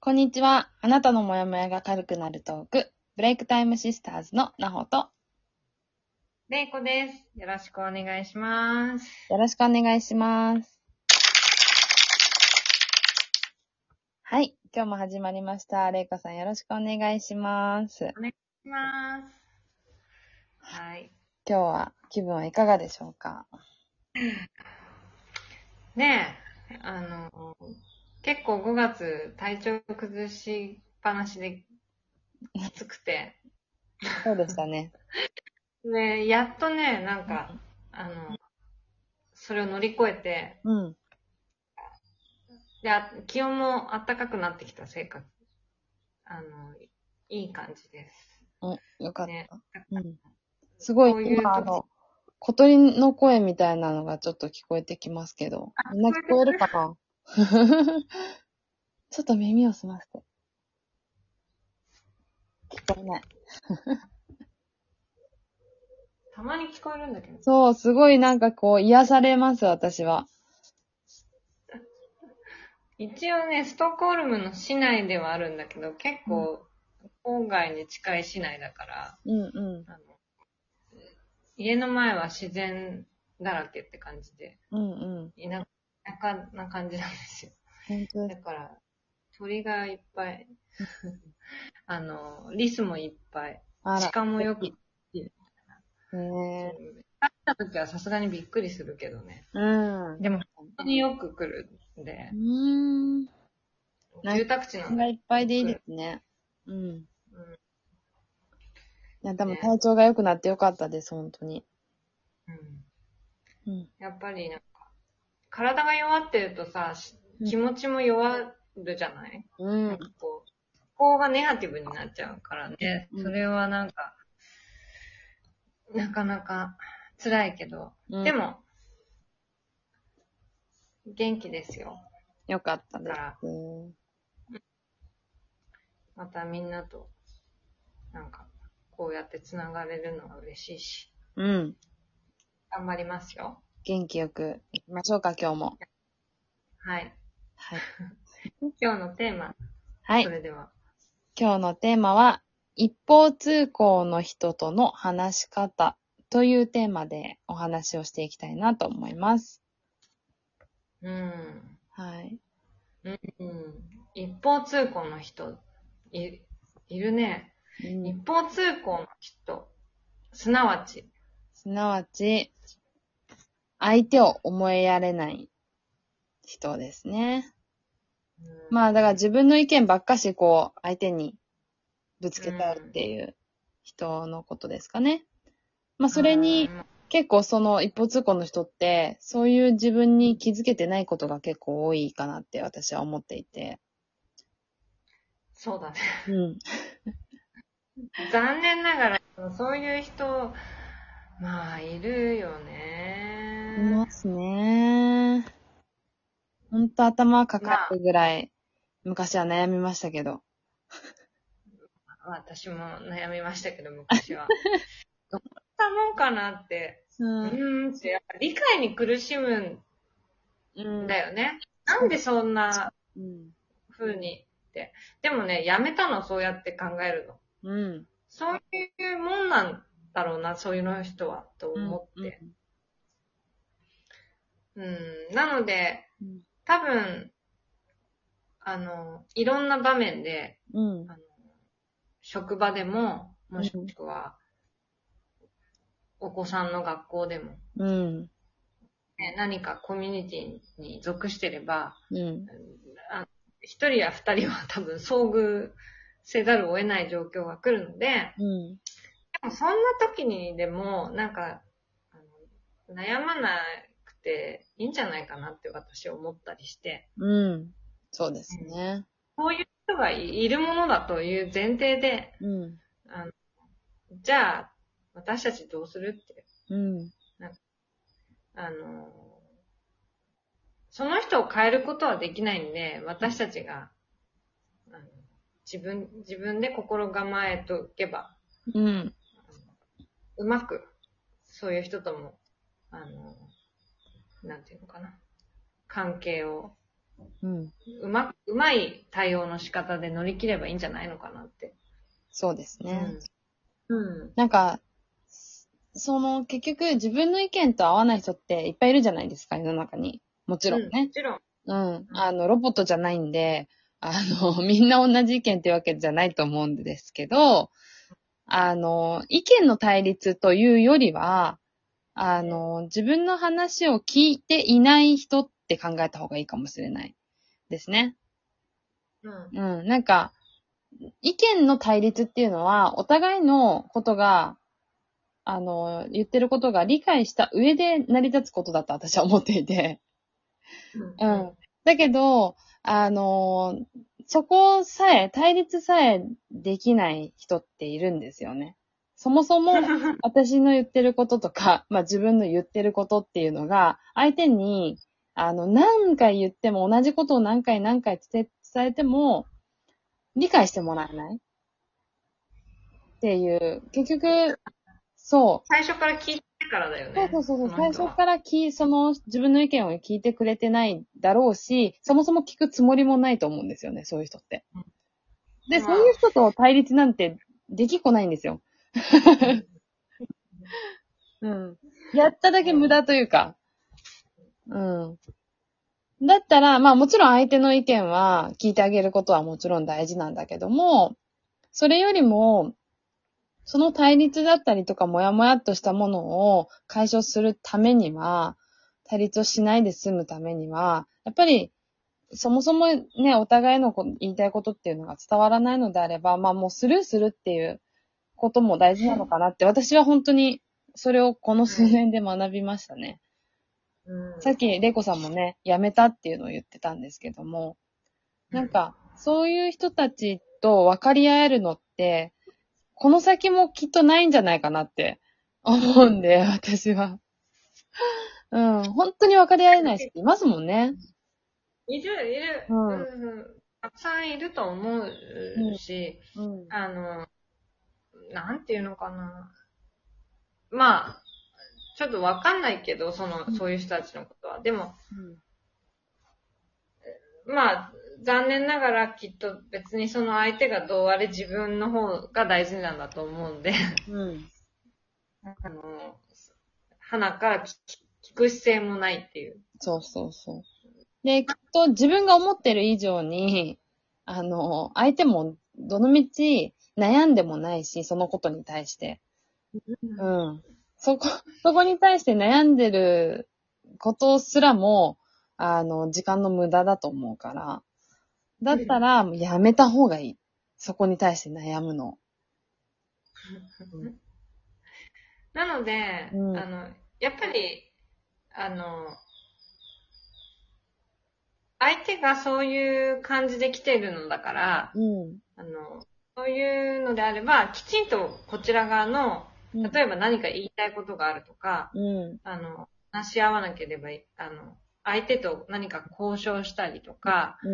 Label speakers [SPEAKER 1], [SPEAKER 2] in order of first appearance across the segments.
[SPEAKER 1] こんにちは。あなたのモヤモヤが軽くなるトーク、ブレイクタイムシスターズのなほと、
[SPEAKER 2] れいこです。よろしくお願いします。
[SPEAKER 1] よろしくお願いします。はい。今日も始まりました。れいこさんよろしくお願いします。
[SPEAKER 2] します。はい。
[SPEAKER 1] 今日は気分はいかがでしょうか
[SPEAKER 2] ねえ、あの、結構5月体調崩しっぱなしできつくて、
[SPEAKER 1] そうでしたね。
[SPEAKER 2] で、やっとね、なんか、あの、それを乗り越えて、
[SPEAKER 1] うん。
[SPEAKER 2] で、あ気温も暖かくなってきたせいか、あの、いい感じです。
[SPEAKER 1] うん。よかった。
[SPEAKER 2] ね
[SPEAKER 1] うん。すごい、
[SPEAKER 2] こういう時
[SPEAKER 1] 今、あの、小鳥の声みたいなのがちょっと聞こえてきますけど。みんな聞こえるかな ちょっと耳を澄ませて。聞こえない。
[SPEAKER 2] たまに聞こえるんだけど、
[SPEAKER 1] そう、すごいなんかこう、癒されます、私は。
[SPEAKER 2] 一応ね、ストックホルムの市内ではあるんだけど、結構、郊外に近い市内だから、
[SPEAKER 1] うんう
[SPEAKER 2] あの家の前は自然だらけって感じで、
[SPEAKER 1] ん。うんうん。
[SPEAKER 2] 田舎田舎な感じなんですよ。
[SPEAKER 1] 本当で
[SPEAKER 2] だから、鳥がいっぱ い、あの、リスもいっぱい、
[SPEAKER 1] あら。
[SPEAKER 2] 鹿もよく、
[SPEAKER 1] ねえ。
[SPEAKER 2] 会った時はさすがにびっくりするけどね。
[SPEAKER 1] うん。
[SPEAKER 2] でも、本当によく来るんで、
[SPEAKER 1] うん。なんか
[SPEAKER 2] 住宅地なん
[SPEAKER 1] が
[SPEAKER 2] で、
[SPEAKER 1] いっぱいでいいですね。うん。いや、でも
[SPEAKER 2] ね
[SPEAKER 1] 体調が良くなってよかったです、本当に。
[SPEAKER 2] う
[SPEAKER 1] う
[SPEAKER 2] ん
[SPEAKER 1] ん。
[SPEAKER 2] やっぱりなんか、体が弱ってるとさ、し
[SPEAKER 1] うん
[SPEAKER 2] 気持ちも弱るじゃない、
[SPEAKER 1] う
[SPEAKER 2] なん
[SPEAKER 1] ん
[SPEAKER 2] か。こう、思考がネガティブになっちゃうからね。
[SPEAKER 1] うん
[SPEAKER 2] それはなんか、なかなか辛いけど、
[SPEAKER 1] うん
[SPEAKER 2] で、も、元気ですよ。
[SPEAKER 1] よかったで
[SPEAKER 2] だから、
[SPEAKER 1] す。うん
[SPEAKER 2] またみんなと、なんか、こうやって繋がれるのが嬉しいし、
[SPEAKER 1] うん。
[SPEAKER 2] 頑張りますよ。
[SPEAKER 1] 元気よく行きましょうか、今日も。
[SPEAKER 2] はい。
[SPEAKER 1] はい。
[SPEAKER 2] 今日のテーマ、
[SPEAKER 1] は
[SPEAKER 2] そ
[SPEAKER 1] い。
[SPEAKER 2] れでは。
[SPEAKER 1] 今日のテーマは、一方通行の人との話し方というテーマでお話をしていきたいなと思います。
[SPEAKER 2] うん。
[SPEAKER 1] はい。
[SPEAKER 2] うん、一方通行の人い、いるね。
[SPEAKER 1] うん
[SPEAKER 2] 一方通行の人、すなわち、
[SPEAKER 1] すなわち、相手を思いやれない人ですね。まあ、だから自分の意見ばっかし、こう、相手にぶつけたいっていう人のことですかね。まあ、
[SPEAKER 2] あ
[SPEAKER 1] それに、、結構その一方通行の人って、そういう自分に気づけてないことが結構多いかなって私は思っていて。
[SPEAKER 2] そうだね。
[SPEAKER 1] うん。
[SPEAKER 2] 残念ながら、そういう人、まあ、いるよね
[SPEAKER 1] い。ますね。ほんと頭かかるぐらい、昔は悩みましたけど。
[SPEAKER 2] 私も悩みましたけど、昔は。 どうしたもんかなって、う
[SPEAKER 1] う。
[SPEAKER 2] ーんって、やっぱ理解に苦しむ
[SPEAKER 1] うん
[SPEAKER 2] んだよね。なんでそんな
[SPEAKER 1] うん。
[SPEAKER 2] 風にって。でもね、やめたの、そうやって考えるの。
[SPEAKER 1] うん。
[SPEAKER 2] そういうもんなんだろうな、そういうの人は、と思って。うん、なので、
[SPEAKER 1] うん
[SPEAKER 2] 多分、あの、いろんな場面で、
[SPEAKER 1] うん。うん
[SPEAKER 2] あ。の職場でも、もしくは、お子さんの学校でも、
[SPEAKER 1] うん。
[SPEAKER 2] ね何かコミュニティに属してれば、
[SPEAKER 1] うん。
[SPEAKER 2] あ一人や二人は多分遭遇せざるを得ない状況が来るので、
[SPEAKER 1] うん。
[SPEAKER 2] でもそんな時にでも、なんか、あの悩まなくていいんじゃないかなって私思ったりして、
[SPEAKER 1] うん。そうですね。
[SPEAKER 2] そういう人がいるものだという前提で、
[SPEAKER 1] うん。
[SPEAKER 2] あのじゃあ、私たちどうするって、
[SPEAKER 1] うん。
[SPEAKER 2] あの、その人を変えることはできないんで、私たちが、あの自分、自分で心構えといけば、
[SPEAKER 1] うん。
[SPEAKER 2] うまく、そういう人とも、あの、なんていうのかな、関係を
[SPEAKER 1] うん。
[SPEAKER 2] うま、うまい対応の仕方で乗り切ればいいんじゃないのかなって。
[SPEAKER 1] そうですね。
[SPEAKER 2] うん。うん。
[SPEAKER 1] なんか、その、結局自分の意見と合わない人っていっぱいいるじゃないですか、世の中に。もちろん
[SPEAKER 2] も
[SPEAKER 1] ね。
[SPEAKER 2] ちろん。
[SPEAKER 1] うん。あの、ロボットじゃないんで、あの、 みんな同じ意見ってわけじゃないと思うんですけど、あの、意見の対立というよりは、あの、自分の話を聞いていない人って考えた方がいいかもしれないですね。
[SPEAKER 2] うん。
[SPEAKER 1] うん、なんか、意見の対立っていうのは、お互いのことが、あの、言ってることが理解した上で成り立つことだと私は思っていて。う
[SPEAKER 2] うん
[SPEAKER 1] ん。だけど、あの、そこさえ、対立さえできない人っているんですよね。そもそも、私の言ってることとか、 まあ自分の言ってることっていうのが、相手に、あの、何回言っても、同じことを何回何回伝え伝えても、理解してもらえないっていう、結局、そう、
[SPEAKER 2] 最初から聞いてからだよ
[SPEAKER 1] そ
[SPEAKER 2] ね
[SPEAKER 1] う。そうそうそう、
[SPEAKER 2] この
[SPEAKER 1] 最
[SPEAKER 2] 人は
[SPEAKER 1] 初から聞い、その、自分の意見を聞いてくれてないだろうし、そもそも聞くつもりもないと思うんですよね、そういう人って。で、
[SPEAKER 2] まあ
[SPEAKER 1] そういう人と対立なんてできっこないんですよ。うん。やっただけ無駄というか。うん。だったら、まあもちろん相手の意見は聞いてあげることはもちろん大事なんだけども、それよりも、その対立だったりとか、もやもやっとしたものを解消するためには、対立をしないで済むためには、やっぱり、そもそもね、お互いのこ言いたいことっていうのが伝わらないのであれば、まあもうスルーするっていうことも大事なのかなって、私は本当にそれをこの数年で学びましたね。
[SPEAKER 2] うん
[SPEAKER 1] さっき、レイコさんもね、辞めたっていうのを言ってたんですけども、なん、か、そういう人たちと分かり合えるのって、この先もきっとないんじゃないかなって思うんで、私は。うん、本当に分かり合えない人いますもんね。
[SPEAKER 2] いる、いる。
[SPEAKER 1] うん
[SPEAKER 2] んたくさんいると思うし、
[SPEAKER 1] うん。
[SPEAKER 2] あの、なんていうのかな。まあ、ちょっとわかんないけど、その、そういう人たちのことは。でも、まあ、残念ながらきっと別にその相手がどうあれ自分の方が大事なんだと思うんで、
[SPEAKER 1] うん。
[SPEAKER 2] あの、花から聞聞く姿勢もないっていう。
[SPEAKER 1] そうそうそう。で、きっと自分が思ってる以上に、あの、相手もどのみち悩んでもないし、そのことに対して。うん。そこ、そこに対して悩んでることすらも、あの、時間の無駄だと思うから。だったら、もうやめた方がいい。そこに対して悩むの。
[SPEAKER 2] なので、
[SPEAKER 1] うん
[SPEAKER 2] あの、やっぱり、あの、相手がそういう感じで来てるのだから、
[SPEAKER 1] うん。
[SPEAKER 2] あの、そういうのであれば、きちんとこちら側の、
[SPEAKER 1] うん
[SPEAKER 2] 例えば何か言いたいことがあるとか、
[SPEAKER 1] うん。
[SPEAKER 2] あの、話し合わなければい、あの、相手と何か交渉したりとか、
[SPEAKER 1] う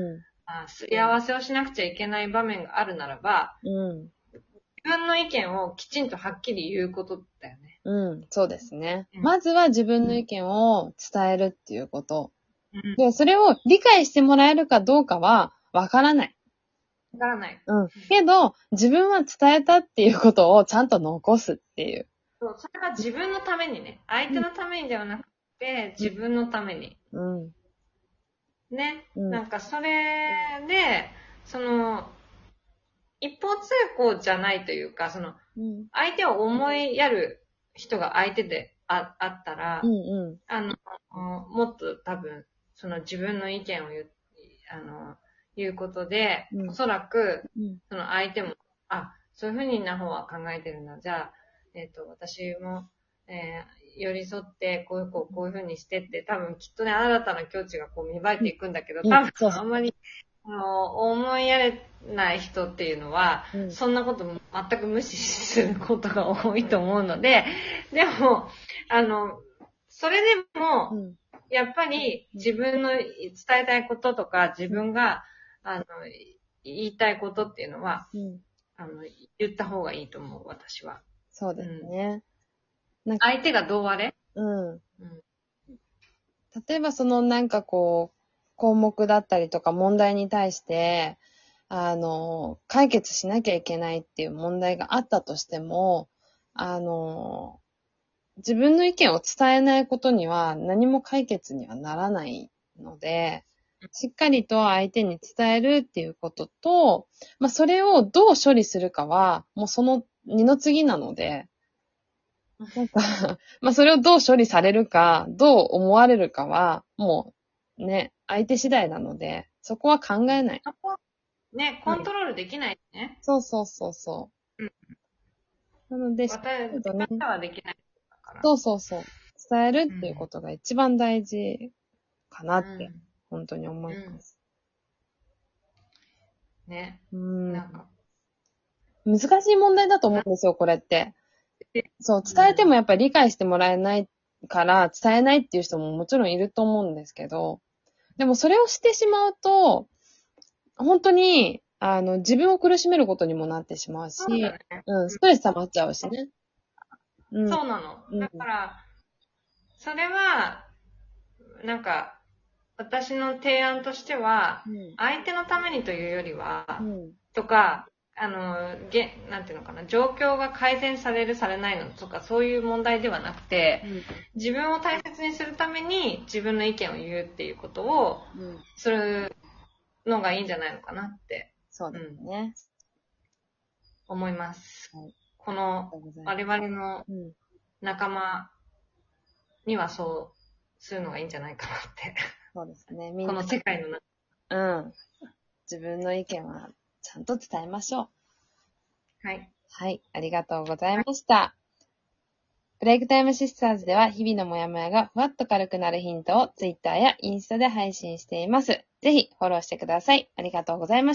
[SPEAKER 2] あすり合わせをしなくちゃいけない場面があるならば、
[SPEAKER 1] ん。うん。
[SPEAKER 2] 自分の意見をきちんとはっきり言うことだよね。
[SPEAKER 1] うん。そうですね。
[SPEAKER 2] うん
[SPEAKER 1] まずは自分の意見を伝えるっていうこと。
[SPEAKER 2] うん。
[SPEAKER 1] で、それを理解してもらえるかどうかは、わからない。
[SPEAKER 2] わからない。
[SPEAKER 1] うん。けど、自分は伝えたっていうことをちゃんと残すっていう。
[SPEAKER 2] そう、それが自分のためにね。相手のためにではなくて、自分のために。
[SPEAKER 1] うん。
[SPEAKER 2] ね。
[SPEAKER 1] うん
[SPEAKER 2] なんかそれで、その、一方通行じゃないというか、その、
[SPEAKER 1] うん。
[SPEAKER 2] 相手を思いやる人が相手でああったら、
[SPEAKER 1] うんうん。
[SPEAKER 2] あの、もっと多分、その自分の意見を言う、あの、言うことで、
[SPEAKER 1] うん
[SPEAKER 2] おそらく、
[SPEAKER 1] うん
[SPEAKER 2] その相手も、あ、そういうふうにな方は考えてるんだ。じゃあ、えっ、と、私も、えー寄り添って、こういう、こうこういうふうにしてって、多分きっとね、新たな境地がこう芽生えていくんだけど、
[SPEAKER 1] うん
[SPEAKER 2] 多
[SPEAKER 1] そう
[SPEAKER 2] 分
[SPEAKER 1] そう
[SPEAKER 2] あんまり、あの、思いやれない人っていうのは、
[SPEAKER 1] うん
[SPEAKER 2] そんなこと全く無視することが多いと思うので、でも、あの、それでも、
[SPEAKER 1] うん
[SPEAKER 2] やっぱり自分の伝えたいこととか、自分が、あの、言いたいことっていうのは、
[SPEAKER 1] うん
[SPEAKER 2] あの、言った方がいいと思う、私は。
[SPEAKER 1] そうですね。
[SPEAKER 2] 相手がどうあれ
[SPEAKER 1] うん
[SPEAKER 2] うん。
[SPEAKER 1] 例えばそのなんかこう、項目だったりとか問題に対して、あの、解決しなきゃいけないっていう問題があったとしても、あの、自分の意見を伝えないことには何も解決にはならないので、しっかりと相手に伝えるっていうことと、まあ、それをどう処理するかは、もうその二の次なので、なんか、まあ、それをどう処理されるか、どう思われるかは、もう、ね、相手次第なので、そこは考えない。
[SPEAKER 2] そこはね、コントロールできないね。
[SPEAKER 1] そうそうそうそう。なので、
[SPEAKER 2] 私たちはできないだから。
[SPEAKER 1] そうそうそう。伝えるっていうことが一番大事かなって、
[SPEAKER 2] うん
[SPEAKER 1] 本当に思います。
[SPEAKER 2] ね、
[SPEAKER 1] うん。
[SPEAKER 2] なんか、
[SPEAKER 1] 難しい問題だと思うんですよ、これって
[SPEAKER 2] え。
[SPEAKER 1] そう、伝えてもやっぱり理解してもらえないから、伝えないっていう人ももちろんいると思うんですけど、でもそれをしてしまうと、本当に、あの、自分を苦しめることにもなってしまうし、
[SPEAKER 2] そうだね。
[SPEAKER 1] うん、ストレス溜まっちゃうしね。うん。
[SPEAKER 2] そうなの。
[SPEAKER 1] うん
[SPEAKER 2] だから、それは、なんか、私の提案としては、
[SPEAKER 1] うん。
[SPEAKER 2] 相手のためにというよりは、
[SPEAKER 1] うん。
[SPEAKER 2] とか、あの、げ、なんていうのかな、状況が改善される、されないのとか、そういう問題ではなくて、自分を大切にするために自分の意見を言うっていうことを
[SPEAKER 1] うん。
[SPEAKER 2] するのがいいんじゃないのかなって
[SPEAKER 1] そうですね。
[SPEAKER 2] 思います。
[SPEAKER 1] はいあ
[SPEAKER 2] こ
[SPEAKER 1] り
[SPEAKER 2] の
[SPEAKER 1] がとうございます
[SPEAKER 2] 我々の
[SPEAKER 1] うん。
[SPEAKER 2] 仲間にはそうするのがいいんじゃないかなって。
[SPEAKER 1] そうですね。みん
[SPEAKER 2] こ
[SPEAKER 1] な
[SPEAKER 2] の、世界の中
[SPEAKER 1] うん。自分の意見はちゃんと伝えましょう。
[SPEAKER 2] はい。
[SPEAKER 1] はい、ありがとうございました。ブレイクタイムシスターズでは日々のモヤモヤがふわっと軽くなるヒントを Twitter やインスタで配信しています。ぜひフォローしてください。ありがとうございました。